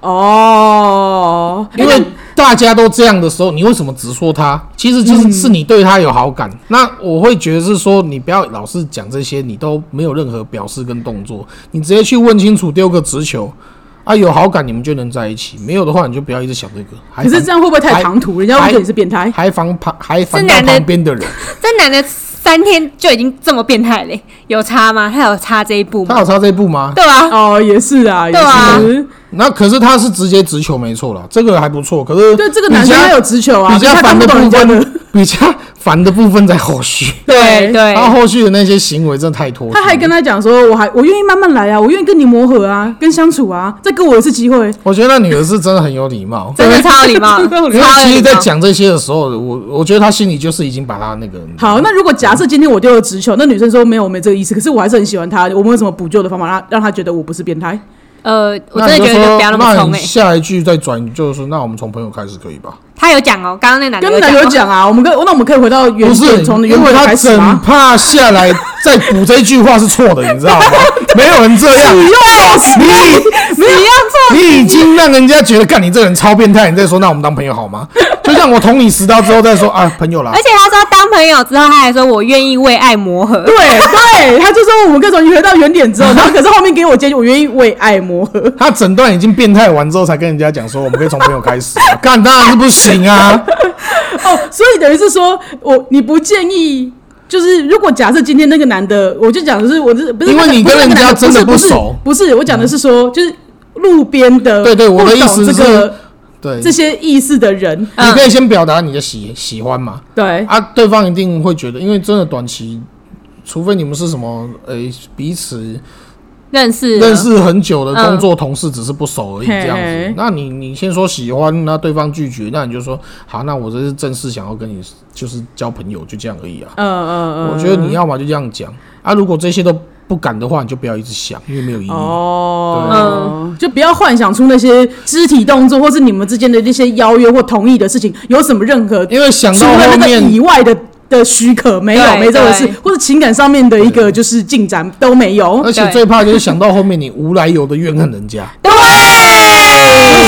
Speaker 1: 哦，
Speaker 3: 因为大家都这样的时候，你为什么只说她？其实
Speaker 1: 嗯
Speaker 3: 就是是你对她有好感。那我会觉得是说，你不要老是讲这些，你都没有任何表示跟动作，你直接去问清楚，丢个直球。啊，有好感你们就能在一起，没有的话你就不要一直想这个。还
Speaker 1: 可是这样会哎不会
Speaker 3: 还
Speaker 1: 太唐突？人家会觉得你是变态。
Speaker 3: 还防旁还防
Speaker 2: 是
Speaker 3: 到
Speaker 2: 男的
Speaker 3: 旁边的人，
Speaker 2: 这男的三天就已经这么变态嘞，有差吗？他有差这一步
Speaker 3: 他
Speaker 2: 吗？
Speaker 3: 有差这一步吗？
Speaker 2: 对啊，
Speaker 1: 哦，也是啊，也
Speaker 2: 对啊
Speaker 1: 是。
Speaker 3: 那可是他是直接直球没错啦，这个还不错。可是
Speaker 1: 对，这个男
Speaker 3: 比
Speaker 1: 生
Speaker 3: 较
Speaker 1: 他有直球啊，
Speaker 3: 比
Speaker 1: 可是
Speaker 3: 较
Speaker 1: 他看
Speaker 3: 烦
Speaker 1: 不
Speaker 3: 的
Speaker 1: 懂
Speaker 3: 部
Speaker 1: 人家的。
Speaker 3: 分，比较 烦的部分在后续，
Speaker 2: 对对，
Speaker 3: 他后续的那些行为真的太脱序了。
Speaker 1: 他还跟他讲说，我还我愿意慢慢来啊，我愿意跟你磨合啊，跟相处啊，再给我一次机会。
Speaker 3: 我觉得那女的是真的很有 礼貌，
Speaker 2: 真的超有礼貌，
Speaker 1: 真的有
Speaker 2: 超
Speaker 1: 礼
Speaker 2: 有
Speaker 3: 因为其
Speaker 2: 礼
Speaker 3: 实，在
Speaker 2: 貌。
Speaker 3: 讲这些的时候，我我觉得她心里就是已经把她那个
Speaker 1: 好，那如果假设今天我丢了直球，那女生说没有，我没这个意思，可是我还是很喜欢他，我们有什么补救的方法让让他觉得我不是变态？
Speaker 2: 呃，我
Speaker 3: 那
Speaker 2: 真的
Speaker 3: 你
Speaker 2: 觉
Speaker 3: 就
Speaker 2: 得
Speaker 3: 说
Speaker 2: 不要那么冲
Speaker 3: 你
Speaker 2: 哎、
Speaker 3: 下一句再转，就是说那我们从朋友开始可以吧？
Speaker 2: 他有讲哦，刚刚那男的
Speaker 1: 跟男
Speaker 2: 有
Speaker 1: 友
Speaker 2: 讲哦
Speaker 1: 讲啊，我们跟那我们可以回到原
Speaker 3: 不是
Speaker 1: 点，，从原
Speaker 3: 因为
Speaker 1: 本
Speaker 3: 他
Speaker 1: 开始
Speaker 3: 整
Speaker 1: 吗？
Speaker 3: 怕下来再补这句话是错的，你知道 吗？没有人这样， 你
Speaker 1: 没有
Speaker 3: 你已经让人家觉得，干你这个人超变态，你再说那我们当朋友好 吗？就像我捅你十刀之后再说啊，朋友啦
Speaker 2: 而，且他说当朋友之后，他还说我愿意为爱磨合。
Speaker 1: 对对，他就说我们各种回到原点之后，然后可是后面给我结局，我愿意为爱磨合。
Speaker 3: 他整段已经变态完之后才跟人家讲说我们可以从朋友开始， 干当然是不行啊。
Speaker 1: 哦， 所以等于是说我你不建议。就是如果假设今天那个男的，我就讲的是我这不是
Speaker 3: 因为
Speaker 1: 那个
Speaker 3: 你跟
Speaker 1: 不是那个
Speaker 3: 人家
Speaker 1: 男的
Speaker 3: 真的
Speaker 1: 不
Speaker 3: 不
Speaker 1: 是
Speaker 3: 熟
Speaker 1: 不是不是我讲的是说，就是路边的
Speaker 3: 对对我的
Speaker 1: 不懂
Speaker 3: 意思
Speaker 1: 这
Speaker 3: 是
Speaker 1: 个
Speaker 3: 对，
Speaker 1: 这些意思的人，
Speaker 3: 你可以先表达你的喜喜欢嘛，
Speaker 1: 对
Speaker 3: 啊，对方一定会觉得，因为真的短期，除非你们是什么呃彼此
Speaker 1: 啊
Speaker 2: 认识了
Speaker 3: 认识很久的
Speaker 2: 嗯
Speaker 3: 工作同事，只是不熟而已
Speaker 1: 嘿
Speaker 3: 这样子
Speaker 1: 嗯嘿。
Speaker 3: 那你你先说喜欢，那对方拒绝，那你就说好，那我这是正式想要跟你就是交朋友，就这样而已啊。
Speaker 1: 嗯嗯嗯，
Speaker 3: 我觉得你要么就这样讲啊，如果这些都不敢的话，你就不要一直想，因为没有意
Speaker 2: 嗯
Speaker 3: 义。
Speaker 1: 哦，就不要幻想出那些肢体动作，或是你们之间的那些邀约或同意的事情，有什么任何
Speaker 3: 因为想
Speaker 1: 除
Speaker 3: 到
Speaker 1: 了
Speaker 3: 后
Speaker 1: 那个
Speaker 3: 面
Speaker 1: 以外的的许可没有，
Speaker 2: 对
Speaker 1: 没这回事
Speaker 2: 对，
Speaker 1: 或者情感上面的一个就是进展都没有。
Speaker 3: 而且
Speaker 2: 对
Speaker 3: 最怕就是想到后面你无来由的怨恨人家，
Speaker 2: 对，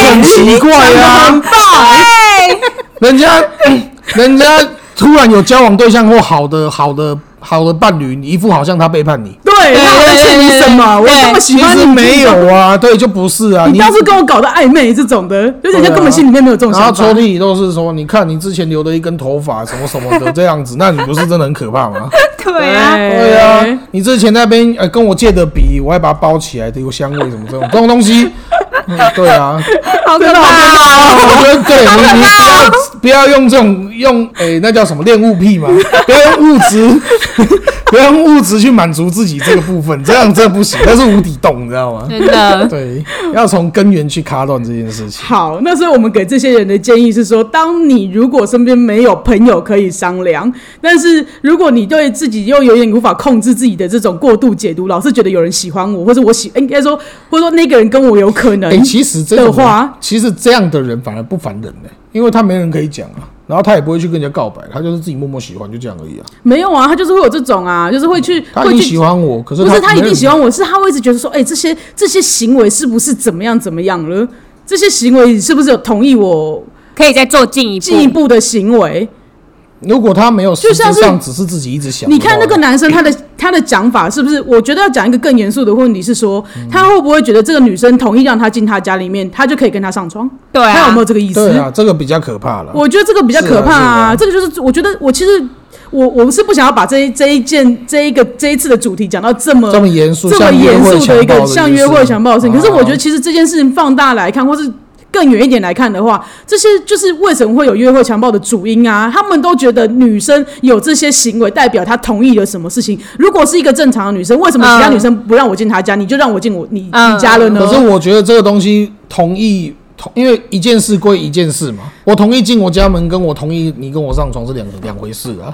Speaker 3: 很奇怪啊，
Speaker 2: 对，
Speaker 3: 人 家人家突然有交往对象或好的好的好的伴侣，你一副好像他背叛你，
Speaker 1: 对，那我在欠你什么？我
Speaker 2: 对
Speaker 1: 这么喜
Speaker 3: 其
Speaker 1: 欢
Speaker 3: 实
Speaker 1: 你，
Speaker 3: 没
Speaker 1: 你
Speaker 3: 有啊，对，就不是啊，
Speaker 1: 你
Speaker 3: 你啊
Speaker 1: 当初跟我搞的暧昧这种的，就人家根本心里面没有这种
Speaker 3: 然后
Speaker 1: 想
Speaker 3: 抽
Speaker 1: 法
Speaker 3: 屉。里都是说，你看你之前留的一根头发什么什么的这样子，那 你不是真的很可怕 吗？
Speaker 2: 对啊，
Speaker 3: 对啊，你之前那边呃跟我借的笔，我还把它包起来，有香味什么这种这种东西，嗯对啊，
Speaker 2: 好可怕哦！
Speaker 3: 我觉得对你，你不要不要用这种用诶、那叫什么恋物 癖嘛？不要用物质，不要用物质去满足自己这个部分，这样这不行，那是无底洞，你知道吗？
Speaker 2: 真的，
Speaker 3: 对，要从根源去卡断这件事情。
Speaker 1: 好，那所以我们给这些人的建议是说，当你如果身边没有朋友可以商量，但是如果你对自己又有点无法控制自己的这种过度解读，老是觉得有人喜欢我，或者我喜应该说，或者说那个人跟我有可能，
Speaker 3: 诶，其实这种
Speaker 1: 的
Speaker 3: 人
Speaker 1: 话，
Speaker 3: 其实这样的人反而不烦人呢、因为他没人可以讲啊，然后他也不会去跟人家告白，他就是自己默默喜欢，就这样而已啊。
Speaker 1: 没有啊，他就是会有这种啊，就是会去
Speaker 3: 他一
Speaker 1: 会
Speaker 3: 定
Speaker 1: 去
Speaker 3: 喜欢我，可是
Speaker 1: 不是他一
Speaker 3: 没
Speaker 1: 定
Speaker 3: 人
Speaker 1: 喜欢我，是他会一直觉得说，哎、这些这些行为是不是怎么样怎么样了？这些行为是不是有同意我
Speaker 2: 可以再做进一步，
Speaker 1: 进一步的行为？
Speaker 3: 如果他没有实
Speaker 1: 就
Speaker 3: 质
Speaker 1: 像是
Speaker 3: 上只是自己一直想的话，
Speaker 1: 你看那个男生，他的他的讲法是不是？我觉得要讲一个更严肃的问题是说，
Speaker 3: 嗯
Speaker 1: 他会不会觉得这个女生同意让他进他家里面，他就可以跟他上床？
Speaker 2: 对啊，
Speaker 1: 他有没有这个意
Speaker 3: 对
Speaker 1: 思？
Speaker 3: 啊，这个比较可怕了。
Speaker 1: 我觉得这个比较可怕
Speaker 3: 是啊是啊
Speaker 1: 这个就是我觉得我其实我我是不想要把这一这一件这一个这一次的主题讲到这么
Speaker 3: 这么严肃，
Speaker 1: 这么严肃的
Speaker 3: 像约
Speaker 1: 一
Speaker 3: 会强暴
Speaker 1: 个
Speaker 3: 的
Speaker 1: 像
Speaker 3: 意思
Speaker 1: 约会强暴的事情。可是我觉得，
Speaker 3: 啊
Speaker 1: 其实这件事情放大来看，或是更远一点来看的话，这些就是为什么会有约会强暴的主因啊。他们都觉得女生有这些行为，代表她同意了什么事情。如果是一个正常的女生，为什么其他
Speaker 2: 嗯
Speaker 1: 女生不让我进她家，你就让我进我你
Speaker 2: 嗯
Speaker 1: 你家了呢
Speaker 3: 可？是我觉得这个东西同意同，因为一件事归一件事嘛。我同意进我家门，跟我同意你跟我上床是两两回事啊。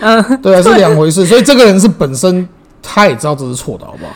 Speaker 2: 嗯，
Speaker 3: 对啊，是两回事。所以这个人是本身他也知道这是错的，好不好？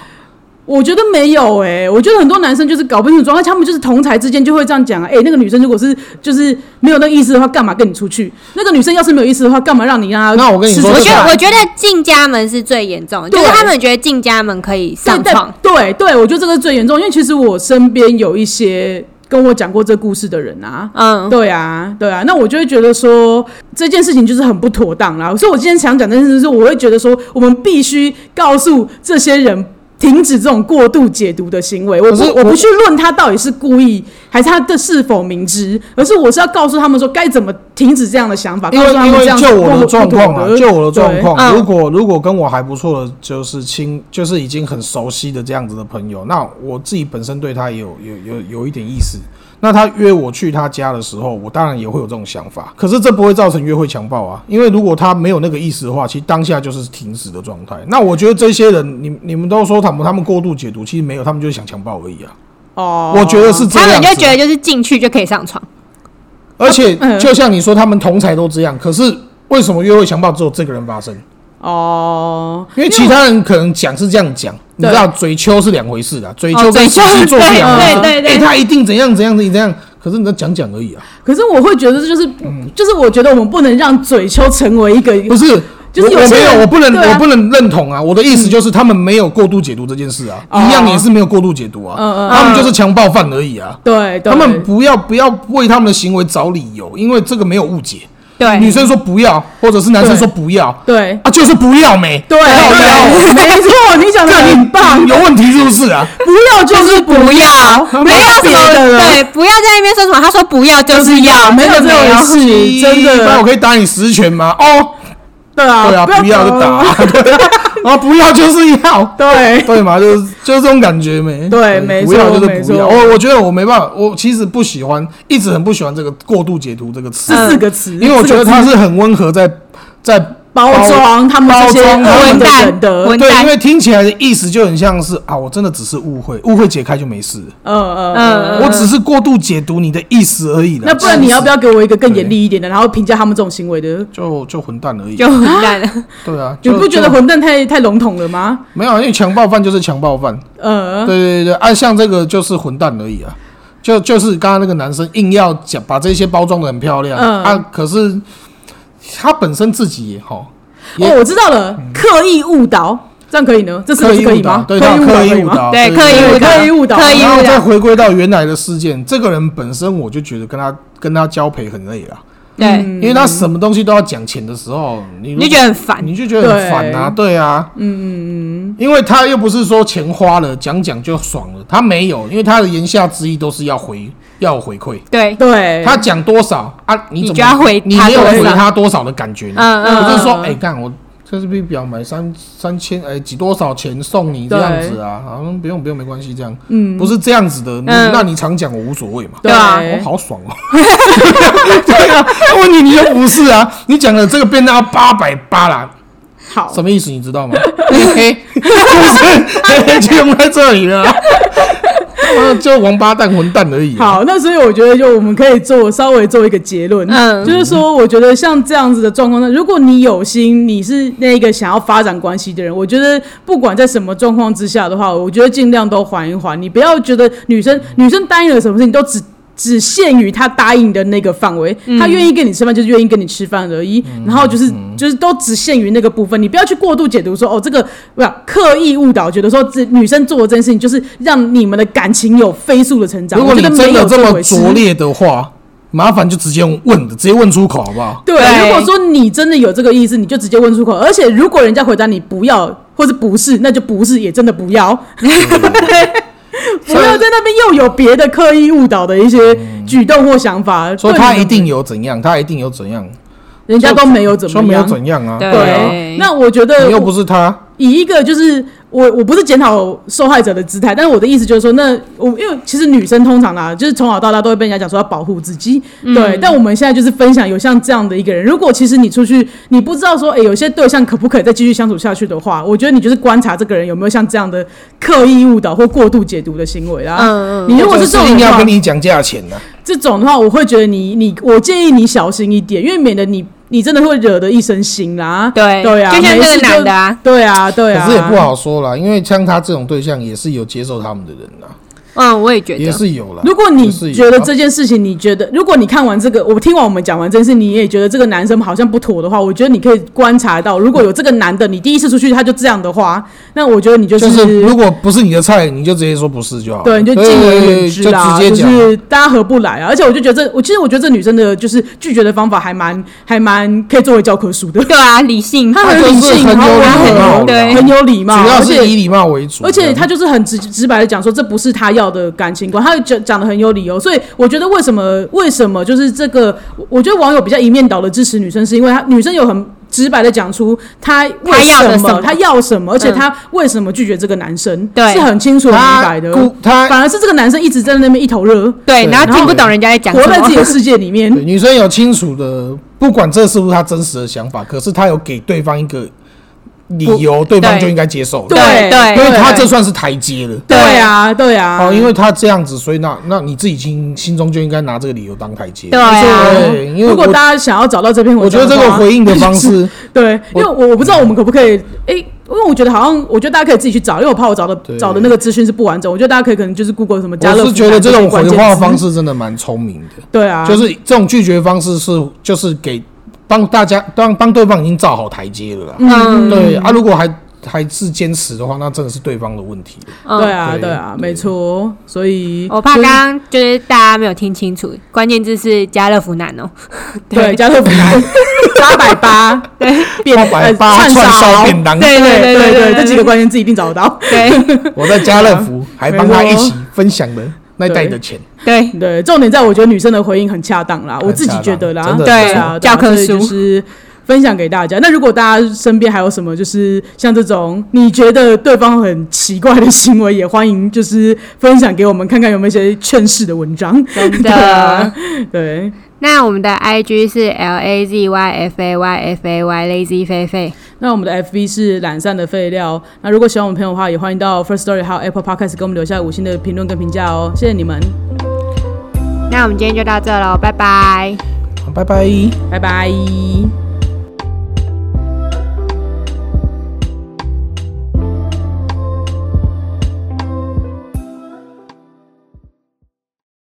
Speaker 1: 我觉得没有哎、我觉得很多男生就是搞不清楚状况，他们就是同才之间就会这样讲啊，哎、那个女生如果是就是没有那个意思的话，干嘛跟你出去？那个女生要是没有意思的话，干嘛让你让她？
Speaker 3: 那我跟你说
Speaker 2: 我
Speaker 3: 这
Speaker 2: 觉
Speaker 3: 个
Speaker 2: 得我觉得进家门是最严重的，就是
Speaker 1: 对啊
Speaker 2: 他们觉得进家门可以上
Speaker 1: 对
Speaker 2: 床，
Speaker 1: 对对，我觉得这个最严重，因为其实我身边有一些跟我讲过这故事的人啊。
Speaker 2: 嗯，
Speaker 1: 对啊，对啊，那我就会觉得说这件事情就是很不妥当啦。所以我今天想讲这件事，是我会觉得说我们必须告诉这些人停止这种过度解读的行为。我
Speaker 3: 可
Speaker 1: 不
Speaker 3: 是
Speaker 1: 我
Speaker 3: 我
Speaker 1: 不去论他到底是故意还是他的是否明知，而是我是要告诉他们说该怎么停止这样的想法，
Speaker 3: 因
Speaker 1: 告
Speaker 3: 为
Speaker 1: 诉他
Speaker 3: 因
Speaker 1: 们这
Speaker 3: 为
Speaker 1: 样
Speaker 3: 就我
Speaker 1: 不
Speaker 3: 的状
Speaker 1: 不
Speaker 3: 况
Speaker 1: 嗯
Speaker 3: 嘛，
Speaker 1: 妥
Speaker 3: 就我的状况，
Speaker 2: 对
Speaker 3: 如果如果跟我还不错的就是亲，就是已经很熟悉的这样子的朋友，那我自己本身对他也有有有有一点意思。那他约我去他家的时候，我当然也会有这种想法，可是这不会造成约会强暴啊，因为如果他没有那个意思的话，其实当下就是停止的状态。那我觉得这些人，你你们都说他们他们过度解读，其实没有，他们就是想强暴而已啊。
Speaker 1: 哦，
Speaker 3: 我觉得是
Speaker 2: 他
Speaker 3: 这样子啊。
Speaker 2: 们就觉得就是进去就可以上床，
Speaker 3: 而且
Speaker 1: 嗯
Speaker 3: 就像你说，他们同才都这样，可是为什么约会强暴只有这个人发生？
Speaker 1: 哦，
Speaker 3: 因为其他人可能讲是这样讲，你
Speaker 1: 对
Speaker 3: 知道嘴丘是两回事啊，嘴丘
Speaker 2: 哦，
Speaker 3: 跟
Speaker 2: 对，
Speaker 3: 实际做是两回事。
Speaker 2: 对对
Speaker 3: 哎
Speaker 2: 对对，
Speaker 3: 他一定怎样怎样怎样，可是你在讲讲而已啊，
Speaker 1: 可是我会觉得这就是不，就是我觉得我们不能让嘴丘成为一个
Speaker 3: 不是。
Speaker 1: 啊就是有
Speaker 3: 我我
Speaker 1: 些
Speaker 3: 没
Speaker 1: 人
Speaker 3: 有，我不能，
Speaker 1: 对啊嗯
Speaker 3: 我不能认同啊！我的意思就是，他们没有过度解读这件事啊，
Speaker 1: 哦
Speaker 3: 一样也是没有过度解读啊，
Speaker 1: 嗯嗯嗯
Speaker 3: 他们就是强暴犯而已啊。
Speaker 1: 对，对
Speaker 3: 他们不要不要为他们的行为找理由，因为这个没有误解。
Speaker 1: 哎
Speaker 2: 对
Speaker 3: 女生说不要，或者是男生说不要，
Speaker 1: 对
Speaker 3: 啊，就是不要没，
Speaker 1: 对
Speaker 3: 靠腰
Speaker 1: 对，啊没错，你讲的
Speaker 3: 这
Speaker 1: 很
Speaker 3: 你
Speaker 1: 棒，
Speaker 3: 有问题是不是啊？
Speaker 1: 不要就是不要，
Speaker 2: 没有什么
Speaker 1: 别的了
Speaker 2: 对，不要在那边说什么，他说不要就是要，
Speaker 1: 没有
Speaker 2: 真
Speaker 1: 这
Speaker 2: 的
Speaker 1: 种
Speaker 2: 有
Speaker 1: 事情，真
Speaker 3: 那我
Speaker 1: 的，
Speaker 3: 可以打你十拳吗？哦，
Speaker 1: 对啊，
Speaker 3: 对啊，不要就打，啊， 对啊啊，不要就是要，
Speaker 1: 对
Speaker 3: 对嘛，就是就是这种感觉没？
Speaker 1: 对没
Speaker 3: 不要
Speaker 1: 错
Speaker 3: 就是
Speaker 1: 没
Speaker 3: 不要。
Speaker 1: 错
Speaker 3: 我我觉得我没办法，我其实不喜欢，一直很不喜欢这个过度解读这个词嗯
Speaker 1: 这，四个词，
Speaker 3: 因为我觉得它是很温和在在
Speaker 1: 包装他们
Speaker 3: 包
Speaker 1: 这些
Speaker 3: 装
Speaker 1: 恶
Speaker 2: 文
Speaker 1: 的
Speaker 2: 蛋
Speaker 1: 人的，
Speaker 2: 文
Speaker 1: 嗯
Speaker 3: 对，
Speaker 2: 蛋
Speaker 3: 因为听起来的意思就很像是啊，我真的只是误会，误会解开就没事了。
Speaker 1: 嗯
Speaker 2: 嗯
Speaker 1: 嗯，
Speaker 3: 我只是过度解读你的意思而已啦
Speaker 1: 那不然你要不
Speaker 3: 要
Speaker 1: 要给我一个更严厉一点的，然后评价他们这种行为的？
Speaker 3: 就就混蛋而已？
Speaker 2: 就很烂了。
Speaker 3: 对啊，
Speaker 1: 你
Speaker 3: 就
Speaker 1: 不觉得
Speaker 3: 就
Speaker 1: 混蛋太太笼统了吗？
Speaker 3: 没有啊？因为强暴犯就是强暴犯，
Speaker 1: 呃
Speaker 3: 对，对对对，啊，像这个就是混蛋而已啊。就就是刚刚那个男生硬要讲把这些包装的很漂亮、
Speaker 1: 嗯
Speaker 3: 啊，可是他本身自己也好，也嗯
Speaker 1: 哦，我知道了，刻意误导，这样可以呢？这是
Speaker 3: 刻意
Speaker 1: 可以
Speaker 3: 误导
Speaker 1: 吗，？
Speaker 3: 对，他有刻
Speaker 1: 可
Speaker 3: 意
Speaker 1: 以
Speaker 3: 误
Speaker 1: 吗？
Speaker 3: 导，
Speaker 2: 对刻意
Speaker 1: 啊对
Speaker 2: 误导，
Speaker 1: 刻意误导
Speaker 2: 刻意
Speaker 3: 然后
Speaker 2: 误
Speaker 3: 再
Speaker 2: 导，
Speaker 3: 回归到原来的事件，这个人本身我就觉得跟他跟他交配很累啊，
Speaker 2: 对，
Speaker 1: 嗯
Speaker 3: 因为他什么东西都要讲钱的时候，你如
Speaker 2: 你就觉得很烦。
Speaker 3: 你就觉得很烦啊，对啊，嗯嗯嗯，因为他又不是说钱花了讲讲就爽了，他没有，因为他的言下之意都是要回要有回馈，
Speaker 2: 对，
Speaker 1: 对，
Speaker 3: 他讲多少啊，你怎么
Speaker 2: 你就要回
Speaker 3: 你
Speaker 2: 他
Speaker 3: 没有
Speaker 2: 多
Speaker 3: 回
Speaker 2: 少
Speaker 3: 他多少的感觉呢？
Speaker 2: 嗯嗯，
Speaker 3: 我就是说，
Speaker 1: 嗯
Speaker 3: 哎，干我。这是比表买三三千哎几多少钱送你这样子啊？好像不用不用没关系这样，嗯，不是这样子的，你
Speaker 2: 嗯
Speaker 3: 那你常讲我无所谓嘛。
Speaker 1: 对
Speaker 2: 对啊
Speaker 3: 我好爽哦！对啊，问你你又不是啊，你讲的这个变到八百八啦，
Speaker 1: 好
Speaker 3: 什么意思你 知道吗？嘿
Speaker 2: 嗯
Speaker 3: 嘿，就是 嘿嘿就用在这里 了啊，啊就王八蛋混蛋而已啊。
Speaker 1: 好，那所以我觉得就我们可以做稍微做一个结论，
Speaker 2: 嗯
Speaker 1: 就是说，我觉得像这样子的状况呢，如果你有心，你是那个想要发展关系的人，我觉得不管在什么状况之下的话，我觉得尽量都缓一缓，你不要觉得女生女生答应了什么事情都只。只限于她答应的那个范围，她愿意跟你吃饭就是愿意跟你吃饭而已，
Speaker 3: 嗯
Speaker 1: 然后就是就是都只限于那个部分，你不要去过度解读说哦这个不要刻意误导，觉得说这女生做的这件事情就是让你们的感情有飞速的成长。
Speaker 3: 如果你
Speaker 1: 我觉得
Speaker 3: 真
Speaker 1: 没
Speaker 3: 的
Speaker 1: 有
Speaker 3: 这么
Speaker 1: 回事
Speaker 3: 拙劣的话，麻烦就直接问的，直接问出口好不好？
Speaker 1: 对，
Speaker 2: 对
Speaker 1: 如果说你真的有这个意思，你就直接问出口。而且如果人家回答你不要或者不是，那就不是，也真的不要， 不要在那边又有别的刻意误导的一些举动或想法。
Speaker 3: 说
Speaker 1: 对
Speaker 3: 他
Speaker 1: 你
Speaker 3: 一定有怎样，他一定有怎样，
Speaker 1: 人家都没有怎
Speaker 3: 说
Speaker 1: 么
Speaker 3: 没有
Speaker 1: 样。
Speaker 3: 怎样啊？
Speaker 2: 对
Speaker 3: 对啊，
Speaker 1: 对，那我觉得
Speaker 3: 你又不是他，
Speaker 1: 以一个就是我我不是检讨受害者的姿态，但是我的意思就是说，那我因为其实女生通常啦、就是从小到大都会被人家讲说要保护自己，
Speaker 2: 嗯
Speaker 1: 对。但我们现在就是分享有像这样的一个人，如果其实你出去，你不知道说，哎、有些对象可不可以再继续相处下去的话，我觉得你就是观察这个人有没有像这样的刻意误导或过度解读的行为啦。
Speaker 2: 嗯
Speaker 1: 你如果
Speaker 3: 或
Speaker 1: 是
Speaker 3: 者是
Speaker 1: 这种
Speaker 3: 硬
Speaker 1: 的
Speaker 3: 要
Speaker 1: 话
Speaker 3: 跟，你讲价钱呢、
Speaker 1: 这种的话，我会觉得你你，我建议你小心一点，因为免得你你真的会惹得一身腥啦。
Speaker 2: 对
Speaker 1: 对啊，
Speaker 2: 就像
Speaker 1: 没
Speaker 2: 那个
Speaker 1: 事
Speaker 2: 男的啊，
Speaker 1: 对啊对啊，
Speaker 3: 可是也不好说啦，因为像他这种对象也是有接受他们的人啦，
Speaker 2: 嗯，我也觉
Speaker 3: 也
Speaker 2: 得，
Speaker 3: 是有啦。
Speaker 1: 如果
Speaker 3: 也
Speaker 1: 你
Speaker 3: 是有
Speaker 1: 觉得
Speaker 3: 啊
Speaker 1: 这件事情，你觉得如果你看完这个，我听完我们讲完这件事，你也觉得这个男生好像不妥的话，我觉得你可以观察到，如果有这个男的，你第一次出去他就这样的话，那我觉得你就、
Speaker 3: 就是是如果不是你的菜，你就直接说不是就好了。
Speaker 1: 对，你就敬而远之
Speaker 3: 对
Speaker 1: 啦，
Speaker 3: 就直接讲。
Speaker 1: 是大家合不来啊。而且我就觉得这，我其实我觉得这女生的就是拒绝的方法还蛮还蛮可以作为教科书的，
Speaker 2: 对啊，理性，
Speaker 1: 她很
Speaker 3: 就是
Speaker 1: 理性，
Speaker 3: 很
Speaker 1: 然后
Speaker 3: 有
Speaker 1: 我
Speaker 3: 礼貌
Speaker 1: 很
Speaker 3: 啦
Speaker 2: 对
Speaker 1: 很有礼貌，
Speaker 3: 主要
Speaker 1: 而且
Speaker 3: 是以礼貌为主。
Speaker 1: 而且他
Speaker 3: 对
Speaker 1: 就是很直直白的讲说，这不是他要教的感情观，他讲讲的很有理由，所以我觉得为什么为什么就是这个，我我觉得网友比较一面倒的支持女生，是因为她女生有很直白的讲出她为
Speaker 2: 要
Speaker 1: 什
Speaker 2: 的什么
Speaker 1: 她要什么，而且
Speaker 2: 嗯
Speaker 1: 她为什么拒绝这个男生，
Speaker 2: 对
Speaker 1: 是很清楚很明白的
Speaker 3: 他。故他
Speaker 1: 反而是这个男生一直在那边一头热，
Speaker 2: 对，
Speaker 3: 对
Speaker 2: 然后
Speaker 1: 然
Speaker 2: 听
Speaker 1: 后
Speaker 2: 不懂人家在讲
Speaker 1: 活
Speaker 2: 什
Speaker 1: 在自己的
Speaker 2: 么，
Speaker 1: 世界里面。
Speaker 3: 对女生有清楚的，不管这是不是她真实的想法，可是她有给对方一个理由，对方
Speaker 2: 对
Speaker 3: 就应该接受的，
Speaker 2: 对
Speaker 1: 对
Speaker 2: 对，
Speaker 3: 因为
Speaker 2: 对
Speaker 3: 她这算是台阶了。
Speaker 1: 对啊，对啊，
Speaker 3: 哦，因为她这样子，所以那那你自己心心中就应该拿这个理由当台阶。
Speaker 2: 对啊，
Speaker 3: 对，因为
Speaker 1: 如果
Speaker 3: 我
Speaker 1: 大家想要找到这篇
Speaker 3: 我
Speaker 1: 文
Speaker 3: 觉
Speaker 1: 章
Speaker 3: 得
Speaker 1: 的话，
Speaker 3: 这个回应的方式，
Speaker 1: 对，因
Speaker 3: 我
Speaker 1: 为我我不知道我们可不可以，诶，因为我觉得好像，我觉得大家可以自己去找，因为我怕我找的
Speaker 3: 对
Speaker 1: 找的那个资讯是不完整。我觉得大家可以可能就是 Google 什么家乐
Speaker 3: 我
Speaker 1: 福
Speaker 3: 是觉得这种
Speaker 1: 关
Speaker 3: 回
Speaker 1: 键
Speaker 3: 话
Speaker 1: 字
Speaker 3: 方，式真的蛮聪明的。
Speaker 1: 对啊，
Speaker 3: 就是这种拒绝方式是就是给帮大家帮帮对方已经造好台阶了啦。
Speaker 2: 嗯
Speaker 3: 对啊，如果还还是坚持的话，那真的是对方的问题。
Speaker 1: 对
Speaker 2: 嗯，
Speaker 1: 啊，
Speaker 3: 对
Speaker 1: 对啊，
Speaker 3: 对
Speaker 1: 没错。所以
Speaker 2: 我怕
Speaker 1: 就是
Speaker 2: 刚刚就是大家没有听清楚，关键字是家乐福男哦，
Speaker 1: 对家乐福 八百八 对
Speaker 3: 八
Speaker 1: 变
Speaker 3: 百
Speaker 1: 呃
Speaker 3: 八
Speaker 1: 串
Speaker 3: 串烧便当，
Speaker 2: 对
Speaker 1: 对
Speaker 2: 对
Speaker 1: 对
Speaker 2: 对
Speaker 1: 这几个关键字一定找得到。
Speaker 2: 对
Speaker 3: 我在家乐 福还帮他
Speaker 1: 没
Speaker 3: 一
Speaker 1: 错
Speaker 3: 起分享了那一袋的钱。
Speaker 2: 对，
Speaker 1: 对，重点在我觉得女生的回应很恰当啦，我自己觉得啦，
Speaker 3: 很恰当真的
Speaker 2: 对
Speaker 1: 对啊，
Speaker 2: 教
Speaker 1: 所
Speaker 2: 科
Speaker 1: 以
Speaker 2: 书
Speaker 1: 就是分享给大家。那如果大家身边还有什么就是像这种你觉得对方很奇怪的行为，也欢迎就是分享给我们，看看有没有一些劝世的文章。
Speaker 2: 真
Speaker 1: 对
Speaker 2: 的
Speaker 1: 啊。，对，
Speaker 2: 那我们的 IG 是 L A Z Y F A Y F A Y Lazy 菲菲，
Speaker 1: 那我们的 FB 是懒散的废料。那如果喜欢我们朋友的话，也欢迎到 First Story 还有 Apple Podcast 给我们留下五星的评论跟评价哦，谢谢你们，
Speaker 2: 那我们今天就到这喽，拜拜。
Speaker 3: 好拜拜。
Speaker 1: 拜拜。